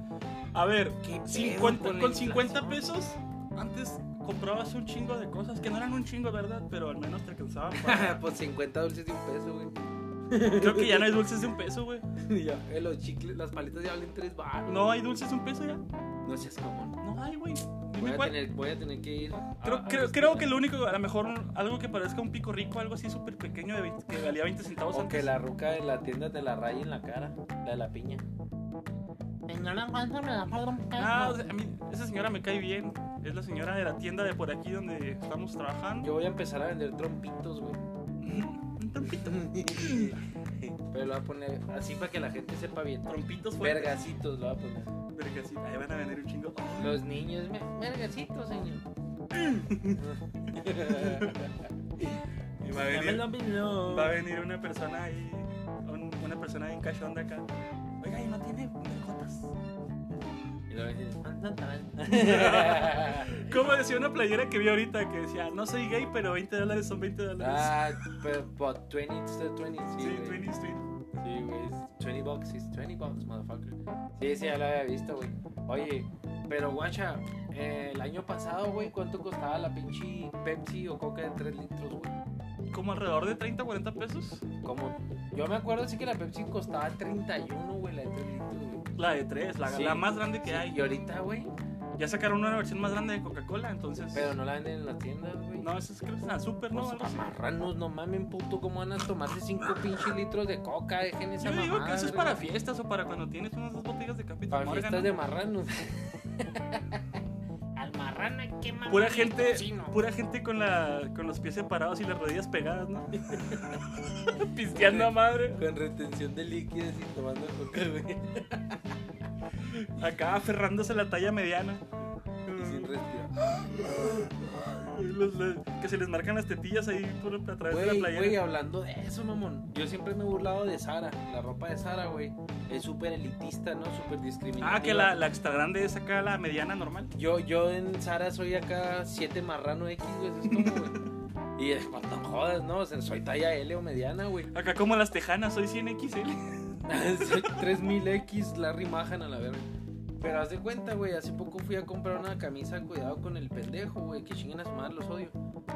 Speaker 2: A ver,
Speaker 1: ¿Qué pedo
Speaker 2: 50
Speaker 1: la
Speaker 2: con 50
Speaker 1: inflación?
Speaker 2: pesos, antes comprabas un chingo de cosas que no eran un chingo, ¿verdad? Pero al menos te alcanzaban para.
Speaker 1: pues 50 dulces de un peso, güey.
Speaker 2: Creo que ya no hay dulces de un peso, güey.
Speaker 1: Y ya, eh, los chicles, las paletas ya valen 3 baros.
Speaker 2: No hay dulces de un peso ya.
Speaker 1: No seas mamón.
Speaker 2: No hay, güey.
Speaker 1: Voy
Speaker 2: Dime
Speaker 1: a,
Speaker 2: cuál.
Speaker 1: tener, voy a tener que ir. a-
Speaker 2: Creo,
Speaker 1: a
Speaker 2: creo,
Speaker 1: los-
Speaker 2: creo Ah, que lo único, a lo mejor un- algo que parezca un pico rico, algo así súper pequeño de 20 que valía 20 centavos.
Speaker 1: O
Speaker 2: antes.
Speaker 1: que la ruca de la tienda te la raya en la cara. La de la piña.
Speaker 2: Ah, o sea, a mí esa señora me cae bien. Es la señora de la tienda de por aquí donde estamos trabajando.
Speaker 1: Yo voy a empezar a vender trompitos, güey.
Speaker 2: Un trompito.
Speaker 1: Pero lo voy a poner así para que la gente sepa bien.
Speaker 2: Trompitos fuertes.
Speaker 1: Vergacitos lo voy a poner.
Speaker 2: Vergacita. Ahí van a vender un chingo.
Speaker 1: Los niños, me- vergacitos, señor.
Speaker 2: Y va a venir, va a venir una persona ahí, un- una persona bien cachón de acá. Oiga, y no tiene cotas.
Speaker 1: y "Ah". lo voy a decir.
Speaker 2: ¿Cómo decía una playera que vi ahorita que decía, no soy gay, pero 20 dólares son 20 dólares?
Speaker 1: Ah, pero but 20 is the 20, sí,
Speaker 2: sí,
Speaker 1: güey.
Speaker 2: 20 Street.
Speaker 1: Sí, güey, es 20 bucks, es 20 bucks, motherfucker. Sí, sí, ya lo había visto, güey. Oye, pero guacha, eh, el año pasado, güey, ¿cuánto costaba la pinche Pepsi o Coca de 3 litros, güey?
Speaker 2: Como alrededor de 30, 40 pesos.
Speaker 1: Como, yo me acuerdo sí que la Pepsi costaba 31, güey, la de 3 litros, güey.
Speaker 2: La de 3, la,
Speaker 1: Sí.
Speaker 2: la más grande que
Speaker 1: Sí,
Speaker 2: hay.
Speaker 1: Y ahorita, güey,
Speaker 2: Ya sacaron una versión más grande de Coca-Cola, entonces.
Speaker 1: pero no la venden en las tiendas, güey.
Speaker 2: No, eso es creo que es una super, ¿no?
Speaker 1: Pues
Speaker 2: Algo así.
Speaker 1: marranos, no mamen, puto, ¿cómo van a tomarse 5 pinches litros de coca? Dejen esa
Speaker 2: Yo digo que
Speaker 1: mamada,
Speaker 2: eso es
Speaker 1: güey.
Speaker 2: para fiestas o para cuando tienes unas dos botellas de Capitán
Speaker 1: Para
Speaker 2: Morgan.
Speaker 1: fiestas de marranos.
Speaker 3: Al marrana quema.
Speaker 2: Pura gente,
Speaker 3: cochino.
Speaker 2: pura gente con, la, con los pies separados y las rodillas pegadas, ¿no? Pisteando a madre.
Speaker 1: Con retención de líquidos y tomando coca, güey.
Speaker 2: Acá aferrándose a la talla mediana.
Speaker 1: Y sin respirar.
Speaker 2: Los- los- que se les marcan las tetillas ahí por, a través de la
Speaker 1: Güey,
Speaker 2: playera.
Speaker 1: güey, hablando de eso, mamón. Yo siempre me he burlado de Sara. La ropa de Sara, güey, es súper elitista, ¿no? Súper discriminativa.
Speaker 2: ah, que la, la extra grande es acá la mediana normal.
Speaker 1: Yo, yo en Sara soy acá 7 marrano X, güey. Eso es todo, güey. Y es cuando jodas, ¿no? O sea, soy talla L o mediana, güey.
Speaker 2: Acá como las tejanas, soy 100XL.
Speaker 1: Soy 3000X, Larry Mahan a la verga. Pero haz de cuenta, güey, hace poco fui a comprar una camisa, cuidado con el pendejo, güey, que chinguen a su madre, los odio.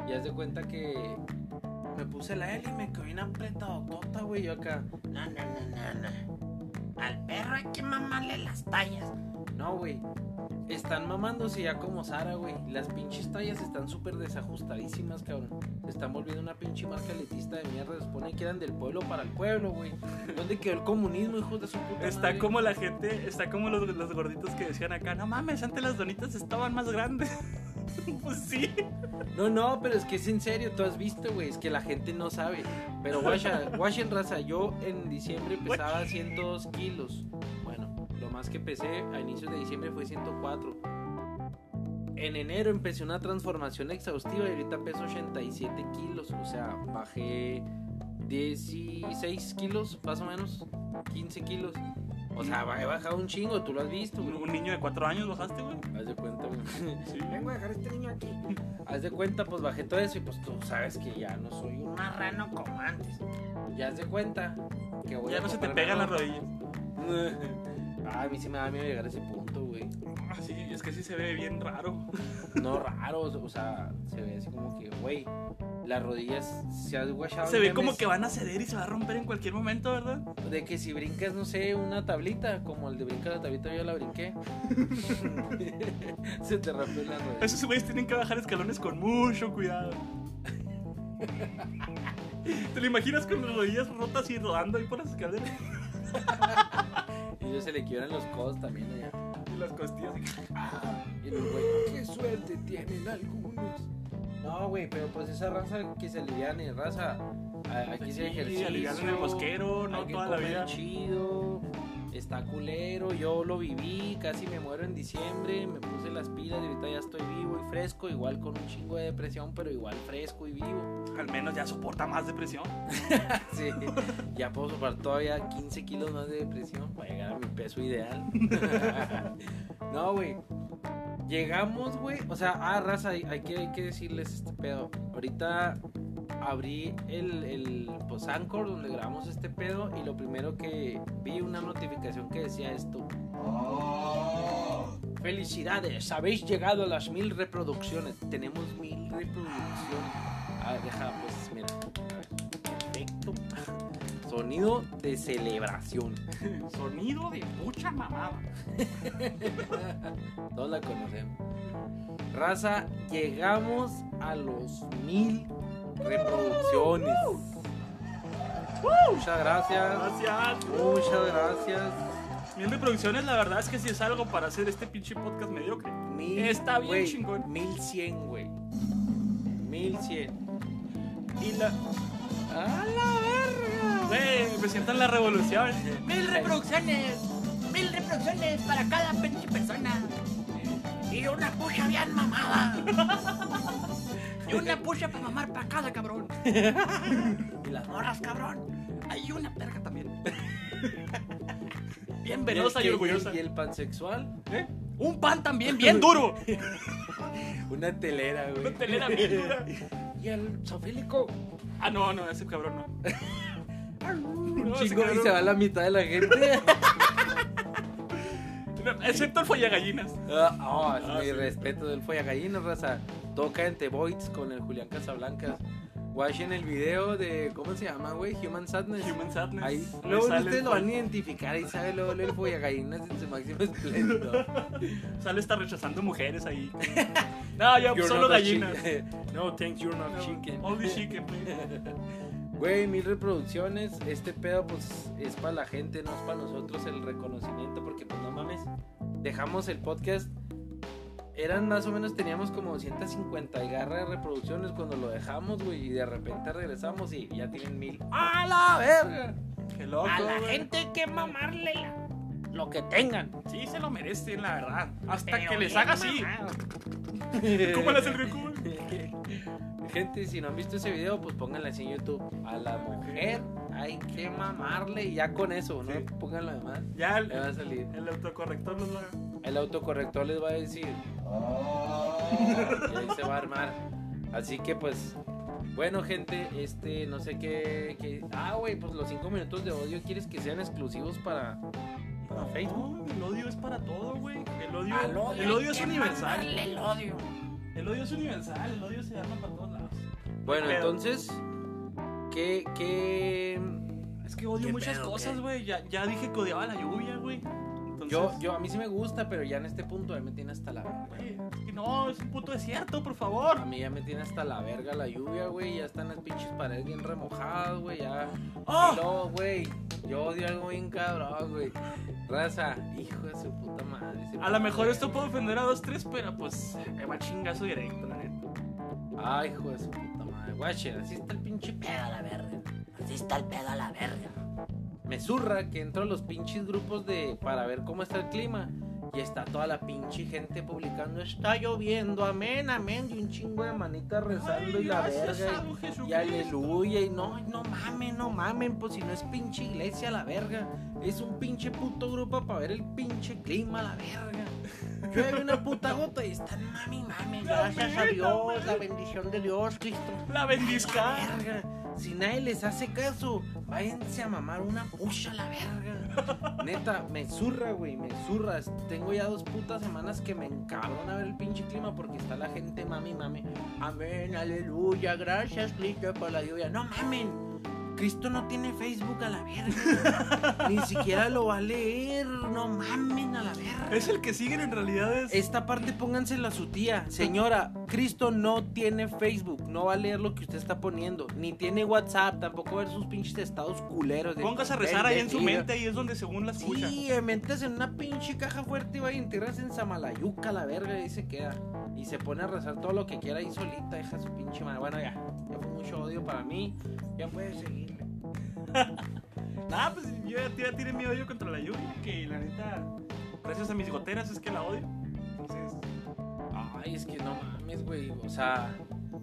Speaker 1: Y haz de cuenta que me puse la L y me quedó bien apretado, tota, güey, yo acá.
Speaker 3: No, no, no, no, no. Al perro hay que mamarle las tallas.
Speaker 1: No, güey, están mamándose ya como Sara, güey. Las pinches tallas están súper desajustadísimas, cabrón. Se están volviendo una pinche marca elitista de mierda. Se supone que eran del pueblo para el pueblo, güey. ¿Dónde quedó el comunismo, hijos de su puta
Speaker 2: Está
Speaker 1: madre?
Speaker 2: como la gente, está como los, los gorditos que decían acá, no mames, antes las donitas estaban más grandes. pues sí.
Speaker 1: No, no, pero es que es en serio, tú has visto, güey, es que la gente no sabe. Pero guacha, guacha en raza, yo en diciembre pesaba 102 kilos. Bueno, lo más que pesé a inicios de diciembre fue 104. En enero empecé una transformación exhaustiva y ahorita peso 87 kilos, o sea, bajé 16 kilos, más o menos, 15 kilos. O sea, he bajado un chingo, tú lo has visto, güey.
Speaker 2: Un niño de cuatro años bajaste, güey.
Speaker 1: Haz de cuenta, güey.
Speaker 2: Sí.
Speaker 1: Vengo a dejar a este niño aquí. Haz de cuenta, pues bajé todo eso y pues tú sabes que ya no soy un
Speaker 3: Marrano como antes.
Speaker 1: Ya haz de cuenta que voy
Speaker 2: Ya
Speaker 1: a
Speaker 2: no se te
Speaker 1: comprarme
Speaker 2: pegan las
Speaker 1: ropa.
Speaker 2: rodillas.
Speaker 1: Ah, a mí sí me da miedo llegar a ese punto, güey.
Speaker 2: Ah, sí, es que sí se ve bien raro.
Speaker 1: No raro, o sea, se ve así como que, güey, las rodillas se han guachado.
Speaker 2: Se ve como
Speaker 1: memes
Speaker 2: que van a ceder y se va a romper en cualquier momento, ¿verdad?
Speaker 1: De que si brincas, no sé, una tablita, como el de brincar la tablita, yo la brinqué. se te rompió la rodilla.
Speaker 2: Esos güeyes tienen que bajar escalones con mucho cuidado. ¿Te lo imaginas con las rodillas rotas y rodando ahí por las escaleras?
Speaker 1: Y yo se le quiebran los codos también allá.
Speaker 2: Y las costillas.
Speaker 1: Y el güey,
Speaker 2: ¡Ah,
Speaker 1: qué suerte tienen algunos. No, güey, pero pues esa raza que se aliviane, raza. a- Aquí
Speaker 2: pues
Speaker 1: se ejercicio.
Speaker 2: aliviar en el bosquero, no
Speaker 1: hay que
Speaker 2: toda la
Speaker 1: comer
Speaker 2: vida.
Speaker 1: chido. Está culero, yo lo viví, casi me muero en diciembre, me puse las pilas y ahorita ya estoy vivo y fresco, igual con un chingo de depresión, pero igual fresco y vivo.
Speaker 2: Al menos ya soporta más depresión.
Speaker 1: Sí, ya puedo sopar todavía 15 kilos más de depresión para llegar a mi peso ideal. no, güey. Llegamos, güey. O sea, ah, raza, hay, hay que, hay que decirles este pedo. Ahorita abrí el, el pues, Anchor donde grabamos este pedo y lo primero que vi una notificación que decía esto. Felicidades, habéis llegado a las mil reproducciones. Tenemos mil reproducciones. A ver, deja, pues, mira. Perfecto. Sonido de celebración.
Speaker 2: Sonido de mucha mamada.
Speaker 1: Todos la conocemos. Raza, llegamos a los mil reproducciones. Muchas gracias.
Speaker 2: Gracias.
Speaker 1: Muchas gracias.
Speaker 2: Mil reproducciones, la verdad es que sí es algo para hacer este pinche podcast mediocre.
Speaker 1: Mil,
Speaker 2: Está bien
Speaker 1: güey,
Speaker 2: chingón.
Speaker 1: Mil cien, güey. Mil cien.
Speaker 2: Y la.
Speaker 1: ¡A la verga!
Speaker 2: Güey, me siento en la revolución.
Speaker 3: Mil reproducciones. Mil reproducciones para cada pinche persona. Y una pucha bien mamada. Y una pucha para mamar para cada cabrón.
Speaker 1: Y las
Speaker 3: Morras, cabrón.
Speaker 2: Hay una perga también. Bien
Speaker 1: ¿Y el-
Speaker 2: venosa y,
Speaker 1: y el-
Speaker 2: orgullosa.
Speaker 1: ¿Y el pansexual?
Speaker 2: ¿Eh? Un pan también, bien duro.
Speaker 1: Una telera, güey.
Speaker 2: Una telera bien dura.
Speaker 1: ¿Y el sofílico?
Speaker 2: Ah, no, no, ese cabrón no.
Speaker 1: Un
Speaker 2: Ah, No, ese
Speaker 1: chingo y
Speaker 2: cabrón.
Speaker 1: se va la mitad de la gente.
Speaker 2: No, Excepto el follagallinas.
Speaker 1: Ah, ah,
Speaker 2: Ah,
Speaker 1: mi
Speaker 2: sí.
Speaker 1: respeto del Folla Gallina, raza. Toca en The Voids con el Julián Casablancas. Watchen el video de. ¿Cómo se llama, güey? Human Sadness.
Speaker 2: Human sadness.
Speaker 1: Ahí.
Speaker 2: Ahí
Speaker 1: Luego
Speaker 2: sale
Speaker 1: ustedes
Speaker 2: el
Speaker 1: lo van a
Speaker 2: pan.
Speaker 1: identificar y sabe luego luego el Folla Gallinas en su máximo esplendor.
Speaker 2: Sale está rechazando mujeres ahí. No, yo
Speaker 1: You're
Speaker 2: solo
Speaker 1: not a
Speaker 2: gallinas.
Speaker 1: chicken. No, thanks, you're not chicken.
Speaker 2: Only chicken, please.
Speaker 1: Güey, mil reproducciones. Este pedo, pues, es para la gente, no es para nosotros el reconocimiento, porque, pues, no mames, dejamos el podcast. Eran más o menos, teníamos como 250 y garra de reproducciones cuando lo dejamos, güey, y de repente regresamos y ya tienen mil. ¡A la verga!
Speaker 2: Qué loco.
Speaker 3: A la
Speaker 2: güey.
Speaker 3: gente hay que mamarle la- lo que tengan.
Speaker 2: Sí, se lo merecen, la verdad. Hasta
Speaker 3: Pero
Speaker 2: que les
Speaker 3: bien
Speaker 2: haga así.
Speaker 3: mamado.
Speaker 2: ¿Cómo le hace el Goku?
Speaker 1: Gente, si no han visto ese video, pues pónganla así en YouTube. A la mujer hay que mamarle y ya con eso, ¿no?
Speaker 2: Sí.
Speaker 1: Pónganlo además.
Speaker 2: Ya
Speaker 1: Le va a
Speaker 2: el,
Speaker 1: salir.
Speaker 2: el autocorrector nos va.
Speaker 1: El autocorrector les va a decir. Y ahí se va a armar. Así que pues. Bueno, gente, este, no sé qué. qué- Ah, güey, pues los 5 minutos de odio, ¿quieres que sean exclusivos para, para Facebook?
Speaker 2: No, el odio es para todo, güey. El odio,
Speaker 3: Al odio
Speaker 2: el
Speaker 3: hay
Speaker 2: odio es
Speaker 3: que
Speaker 2: universal.
Speaker 3: mamarle el odio.
Speaker 2: El odio es universal. El odio se arma para todos lados.
Speaker 1: Bueno,
Speaker 2: pedo.
Speaker 1: entonces. ¿Qué. qué...
Speaker 2: Es que odio
Speaker 4: ¿Qué
Speaker 2: muchas
Speaker 4: pedo,
Speaker 2: cosas,
Speaker 4: qué?
Speaker 2: güey. Ya, ya dije que odiaba la lluvia, güey. Entonces,
Speaker 1: Yo, yo, a mí sí me gusta, pero ya en este punto ya me tiene hasta la verga.
Speaker 2: güey, es que no, es un puto desierto, por
Speaker 1: A
Speaker 2: favor.
Speaker 1: mí ya me tiene hasta la verga la lluvia, güey. Ya están las pinches paredes bien remojadas, güey. Ya.
Speaker 2: ¡Oh!
Speaker 1: No, güey. Yo odio algo bien cabrón, güey. Raza, hijo de su puta madre. ese
Speaker 2: A lo
Speaker 1: pinche-
Speaker 2: mejor esto puede ofender a dos, tres, pero pues me va chingazo directo, la neta.
Speaker 1: Ay, Ah, hijo de su puta madre. Guache, así está el pinche pedo a la verga.
Speaker 3: Así está el pedo a la verga.
Speaker 1: Me zurra que entro a los pinches grupos de para ver cómo está el clima. Y está toda la pinche gente publicando, está lloviendo, amén, amén, y un chingo de manitas rezando y
Speaker 2: Ay,
Speaker 1: la
Speaker 2: gracias,
Speaker 1: verga.
Speaker 2: amo
Speaker 1: y- Y,
Speaker 2: Jesucristo.
Speaker 1: aleluya, y no, no mamen, no mamen, pues si no es pinche iglesia la verga. Es un pinche puto grupo para ver el pinche clima la verga. Llueve una puta gota y están mami, mami,
Speaker 3: Gracias a Dios, la bendición de Dios, Cristo.
Speaker 2: La bendizca.
Speaker 1: verga. Si nadie les hace caso, váyanse a mamar una pucha a la verga. Neta, me zurra, güey, me zurra. Tengo ya dos putas semanas que me encabrona ver el pinche clima porque está la gente mami, mami. Amén, aleluya, gracias, Cristo, por la lluvia. No mamen. Cristo no tiene Facebook a la verga. Ni siquiera lo va a leer. No mamen a la verga.
Speaker 2: Es el que siguen en realidad es.
Speaker 1: Esta parte póngansela a su tía. Señora, Cristo no tiene Facebook. No va a leer lo que usted está poniendo. Ni tiene WhatsApp. Tampoco va a ver sus pinches estados culeros. de-
Speaker 2: Póngase a rezar ahí en su
Speaker 1: Bendiga.
Speaker 2: mente, ahí es donde según la escucha.
Speaker 1: Sí, eh, metes en una pinche caja fuerte y va y entierras en Samalayuca la verga y ahí se queda. Y se pone a rezar todo lo que quiera ahí solita, deja su pinche madre. Bueno, ya, ya fue mucho odio para mí. Ya puedes seguir.
Speaker 2: Nah, pues yo ya, ya tiré mi odio contra la lluvia, que la neta, gracias a mis goteras es que la odio. Entonces,
Speaker 1: Ay, es que no mames, güey. O sea,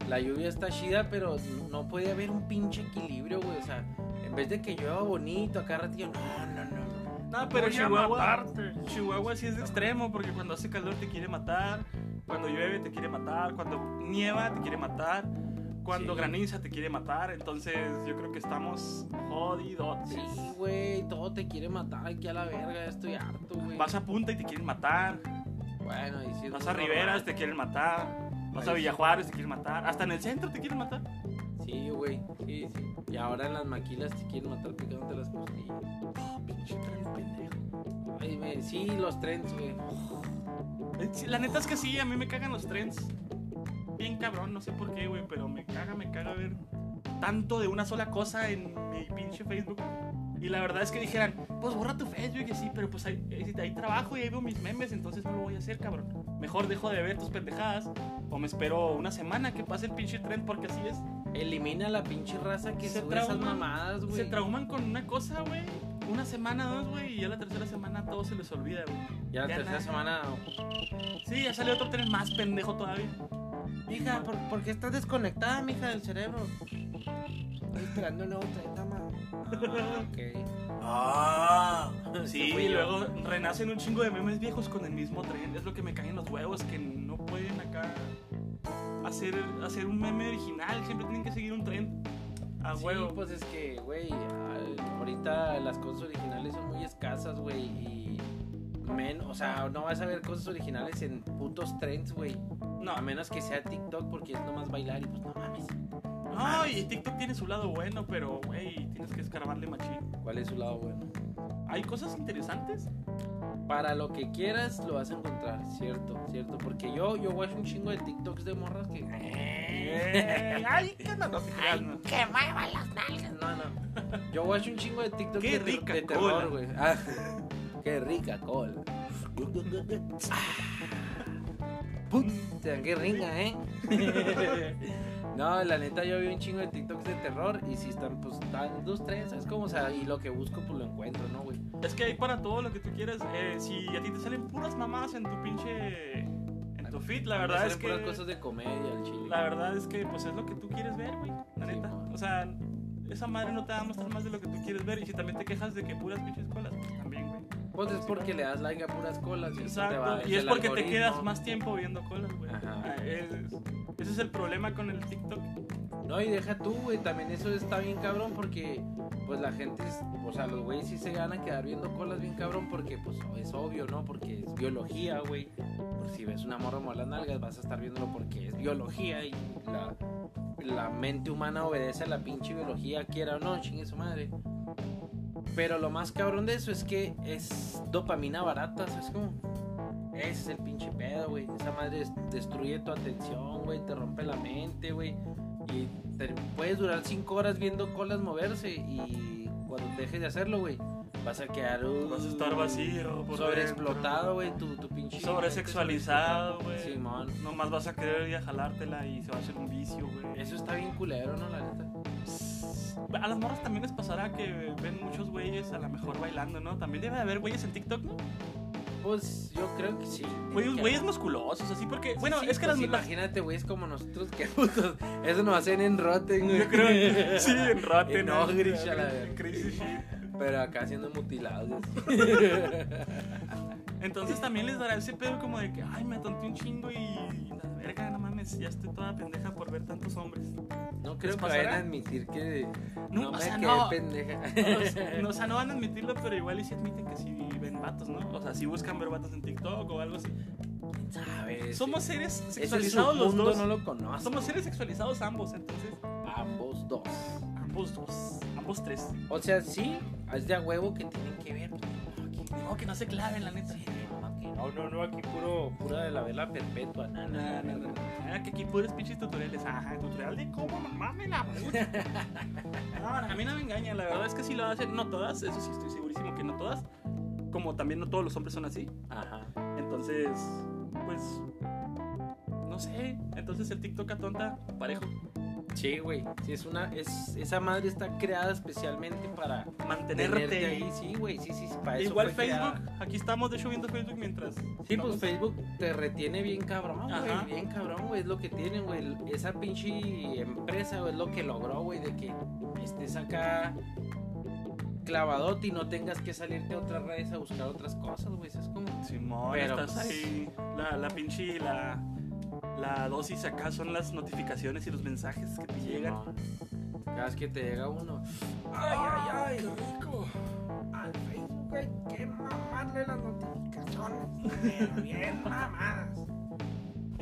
Speaker 1: la lluvia está chida, pero no puede haber un pinche equilibrio, güey. O sea, en vez de que llueva bonito acá ratillo, no, no, no.
Speaker 2: nada, pero
Speaker 4: Voy a
Speaker 2: Chihuahua.
Speaker 4: matarte.
Speaker 2: Chihuahua sí es de extremo, porque cuando hace calor te quiere matar. Cuando llueve te quiere matar, cuando nieva te quiere matar, cuando
Speaker 1: Sí.
Speaker 2: graniza te quiere matar. Entonces yo creo que estamos jodidotes.
Speaker 1: Sí, güey, todo te quiere matar aquí a la verga, ya estoy harto, güey.
Speaker 2: Vas a Punta y te quieren matar,
Speaker 1: Bueno, y si es
Speaker 2: vas
Speaker 1: muy
Speaker 2: a este. Riveras
Speaker 1: normal.
Speaker 2: te quieren matar, vas a
Speaker 1: Ahí sí.
Speaker 2: Villajuárez te quieren matar, hasta en el centro te quieren matar.
Speaker 1: Sí, güey, sí, sí. Y ahora en las maquilas te quieren matar picándote las costillas.
Speaker 2: Pinche tren pendejo.
Speaker 1: Ay, güey, sí, los trens, güey.
Speaker 2: Eh, sí, La neta es que sí, a mí me cagan los trends. Bien cabrón, no sé por qué, güey, pero me caga, me caga ver tanto de una sola cosa en mi pinche Facebook. Y la verdad es que dijeran, pues borra tu Facebook, y sí, pero pues hay, eh, hay trabajo y ahí veo mis memes, entonces no lo voy a hacer, cabrón. Mejor dejo de ver tus pendejadas o me espero una semana que pase el pinche trend porque así es.
Speaker 1: Elimina la pinche raza que
Speaker 2: Se
Speaker 1: sube esas
Speaker 2: trauma.
Speaker 1: mamadas, güey.
Speaker 2: Se trauman con una cosa, güey, una semana, dos, güey, y ya la tercera semana todo se les olvida, güey.
Speaker 1: Ya la
Speaker 2: Ya
Speaker 1: tercera
Speaker 2: nada.
Speaker 1: semana.
Speaker 2: Sí, ya salió otro tren más pendejo todavía.
Speaker 1: Mija, ¿por, por qué estás desconectada, mija, del cerebro? Estoy esperando el nuevo tren, mamá. Ah, ok.
Speaker 4: Ah,
Speaker 2: Sí,
Speaker 1: Ese fui
Speaker 2: y
Speaker 1: yo.
Speaker 2: luego renacen un chingo de memes viejos con el mismo tren. Es lo que me caen los huevos, que no pueden acá hacer, hacer un meme original. Siempre tienen que seguir un tren. A
Speaker 1: Sí,
Speaker 2: huevo.
Speaker 1: pues es que, güey, al- ahorita las cosas originales son muy escasas, güey, y men, o sea, no vas a ver cosas originales en putos trends, güey.
Speaker 2: no,
Speaker 1: A menos que sea TikTok porque es nomás bailar y pues no mames.
Speaker 2: no, y TikTok tiene su lado bueno, pero, güey, tienes que escarbarle machín.
Speaker 1: ¿Cuál es su lado bueno?
Speaker 2: Hay cosas interesantes.
Speaker 1: Para lo que quieras lo vas a encontrar, cierto, cierto, porque yo yo watch un chingo de TikToks de morras que
Speaker 2: Eh, Ay, qué no, no te creas, no.
Speaker 3: Que mueva las nalgas.
Speaker 1: no, no. Yo watch un chingo de TikToks de,
Speaker 2: Qué
Speaker 1: ter-
Speaker 2: rica
Speaker 1: de
Speaker 2: cola.
Speaker 1: terror, güey. Ah, qué rica cola. Puta, qué rica, ¿eh? No, la neta yo vi un chingo de TikToks de terror y si están, pues, están dos, tres, ¿sabes cómo? O sea, y lo que busco, pues lo encuentro, ¿no, güey?
Speaker 2: Es que hay para todo lo que tú quieras. Eh, si a ti te salen puras mamadas en tu pinche. En tu feed, la
Speaker 1: Me
Speaker 2: verdad
Speaker 1: salen
Speaker 2: es que.
Speaker 1: puras cosas de comedia, el chile.
Speaker 2: La verdad es que pues es lo que tú quieres ver, güey. La
Speaker 1: Sí,
Speaker 2: neta.
Speaker 1: mo.
Speaker 2: O sea, esa madre no te va a mostrar más de lo que tú quieres ver. Y si también te quejas de que puras pinches colas, pues también, güey.
Speaker 1: Pues es porque le das like a puras colas y eso te va
Speaker 2: Exacto.
Speaker 1: desde
Speaker 2: Y es
Speaker 1: el
Speaker 2: porque te
Speaker 1: algoritmo.
Speaker 2: quedas más tiempo viendo colas, güey.
Speaker 1: Ajá.
Speaker 2: Ah, es- Ese es el problema con el TikTok.
Speaker 1: No, y deja tú, güey, también eso está bien cabrón porque, pues la gente, es- o sea, los güeyes sí se ganan quedar viendo colas bien cabrón porque, pues, es obvio, ¿no? Porque es biología, güey. Por pues, si ves una morra mover las nalgas, vas a estar viéndolo porque es biología y la, la mente humana obedece a la pinche biología, quiera o no, chingue su madre. Pero lo más cabrón de eso es que es dopamina barata, ¿sabes cómo? Ese es el pinche pedo, güey. Esa madre des- destruye tu atención, güey, te rompe la mente, güey. Y te- puedes durar 5 horas viendo colas moverse y cuando dejes de hacerlo, güey, vas a quedar...
Speaker 2: Vas a estar
Speaker 1: uh,
Speaker 2: vacío, por
Speaker 1: Sobreexplotado, güey, tu, tu pinche...
Speaker 2: Sobresexualizado, güey.
Speaker 1: Simón.
Speaker 2: Nomás vas a querer ir a jalártela y se va a hacer un vicio, güey.
Speaker 1: Eso está bien culero, ¿no? La neta.
Speaker 2: A las morras también les pasará que ven muchos güeyes a lo mejor bailando, ¿no? También debe de haber güeyes en TikTok, ¿no?
Speaker 1: Pues yo creo que sí.
Speaker 2: Güeyes,
Speaker 1: Que-
Speaker 2: güeyes musculosos, así porque.
Speaker 1: Sí,
Speaker 2: Bueno,
Speaker 1: sí,
Speaker 2: es que
Speaker 1: pues
Speaker 2: las, las-
Speaker 1: Imagínate, güeyes como nosotros, que putos. Eso nos hacen en Rotten, güey.
Speaker 2: Yo creo. Sí, en Rotten.
Speaker 1: En
Speaker 2: ¿no?
Speaker 1: Ogrish, a la verga.
Speaker 2: En Crazy Shit.
Speaker 1: Pero acá siendo mutilados.
Speaker 2: Entonces también les dará ese pedo como de que, ay, me atonté un chingo y. La verga, no mames, ya estoy toda pendeja por ver tantos hombres.
Speaker 1: No creo que
Speaker 2: pasará?
Speaker 1: vayan a admitir que.
Speaker 2: No,
Speaker 1: No,
Speaker 2: o
Speaker 1: me
Speaker 2: sea,
Speaker 1: quedé
Speaker 2: no. No,
Speaker 1: pendeja.
Speaker 2: o- no, o sea, no van a admitirlo, pero igual y sí admiten que sí ven vatos, ¿no? O sea, sí buscan ver vatos en TikTok o algo así.
Speaker 1: ¿Sabes?
Speaker 2: Somos seres
Speaker 1: Eh, Ese
Speaker 2: sexualizados los
Speaker 1: submundo
Speaker 2: dos.
Speaker 1: no lo conozco.
Speaker 2: Somos seres sexualizados ambos, entonces.
Speaker 1: ambos dos.
Speaker 2: Ambos dos. Ambos tres.
Speaker 1: O sea, sí, es de a huevo que tienen que ver.
Speaker 2: No, que no se claven, la neta.
Speaker 1: No, no, no, aquí puro, pura de la vela perpetua, nada,
Speaker 2: No, no, no. Ah, que aquí puros pinches tutoriales. Ajá, tutorial de cómo mamarme la puta. No, a mí no me engaña. La verdad es que sí lo hacen. No todas, eso sí estoy segurísimo que no todas. Como también no todos los hombres son así.
Speaker 1: Ajá.
Speaker 2: Entonces, pues. No sé. Entonces el TikTok atonta parejo.
Speaker 1: Sí, güey. Sí, es una, es, esa madre está creada especialmente para
Speaker 2: Mantenerte.
Speaker 1: tenerte ahí. Sí, güey, sí, sí, sí, para eso
Speaker 2: Igual
Speaker 1: fue creada.
Speaker 2: Facebook. Aquí estamos, de hecho, viendo Facebook mientras.
Speaker 1: Sí, pues
Speaker 2: estamos-
Speaker 1: Facebook te retiene bien cabrón,
Speaker 2: Ajá.
Speaker 1: güey. Bien cabrón, güey. Es lo que tienen, güey. El- Esa pinche empresa, güey, es lo que logró, güey, de que estés acá clavadote y no tengas que salirte a otras redes a buscar otras cosas, güey. Eso es como.
Speaker 2: Simón,
Speaker 1: Pero,
Speaker 2: estás
Speaker 1: pues,
Speaker 2: ahí. La, la pinche. La, La dosis acá son las notificaciones y los mensajes que te llegan.
Speaker 1: Cada vez que te llega uno.
Speaker 2: ¡Ay, ay, ay!
Speaker 1: rico!
Speaker 5: al Facebook hay que mamarle las notificaciones. pero Bien mamadas.
Speaker 1: Pues.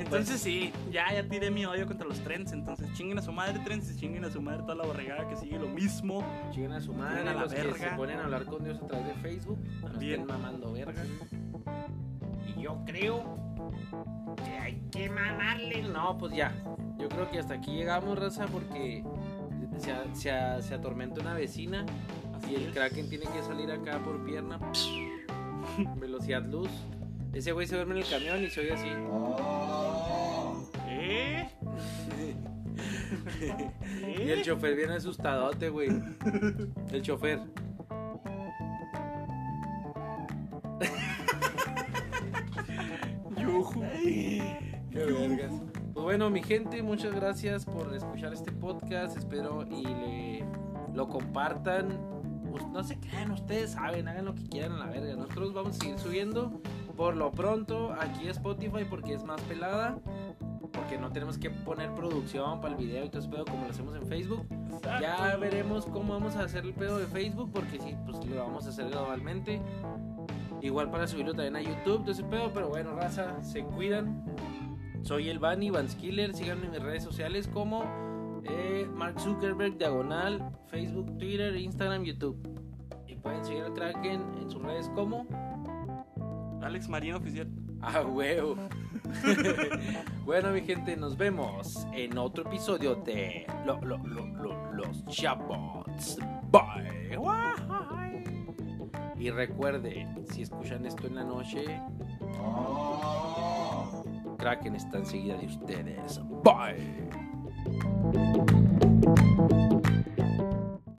Speaker 2: Entonces sí, ya, ya tiré mi odio contra los trends. Entonces chinguen a su madre trends y chinguen a su madre toda la borregada que sigue lo mismo.
Speaker 1: Chinguen a su madre,
Speaker 2: Chinguen a la
Speaker 1: los que
Speaker 2: verga.
Speaker 1: se ponen a hablar con Dios a través de Facebook. No
Speaker 2: También.
Speaker 1: estén mamando verga.
Speaker 5: Y yo creo que hay que mamarle.
Speaker 1: No, pues ya. Yo creo que hasta aquí llegamos, raza, porque se, se- se atormenta una vecina y el
Speaker 2: es.
Speaker 1: Kraken tiene que salir acá por pierna. Velocidad luz. Ese güey se duerme en el camión y se oye así.
Speaker 2: ¿Eh?
Speaker 1: Y el
Speaker 2: ¿Eh?
Speaker 1: chofer viene asustadote, güey. El chofer.
Speaker 2: Yujú.
Speaker 1: Qué vergas. Pues bueno, mi gente, muchas gracias por escuchar este podcast. Espero y le, lo compartan. Us- No se crean, ustedes saben, hagan lo que quieran a la verga. Nosotros vamos a seguir subiendo por lo pronto aquí a Spotify porque es más pelada. Porque no tenemos que poner producción para el video y todo ese pedo como lo hacemos en Facebook. Ya veremos cómo vamos a hacer el pedo de Facebook, porque sí, pues lo vamos a hacer gradualmente. Igual para subirlo también a YouTube, todo ese pedo, pero bueno, raza, se cuidan. Soy el Bani, Vanskiller, síganme en mis redes sociales como eh, Mark Zuckerberg, Diagonal, Facebook, Twitter, Instagram, YouTube. Y pueden seguir al Kraken en sus redes como
Speaker 2: Alex Marino oficial.
Speaker 1: a Ah, huevo. bueno, mi gente, nos vemos en otro episodio de Lo- Lo- Lo- Lo- Los Chabots. Bye. Guay. Y recuerden, si escuchan esto en la noche, Kraken está enseguida de ustedes. Bye.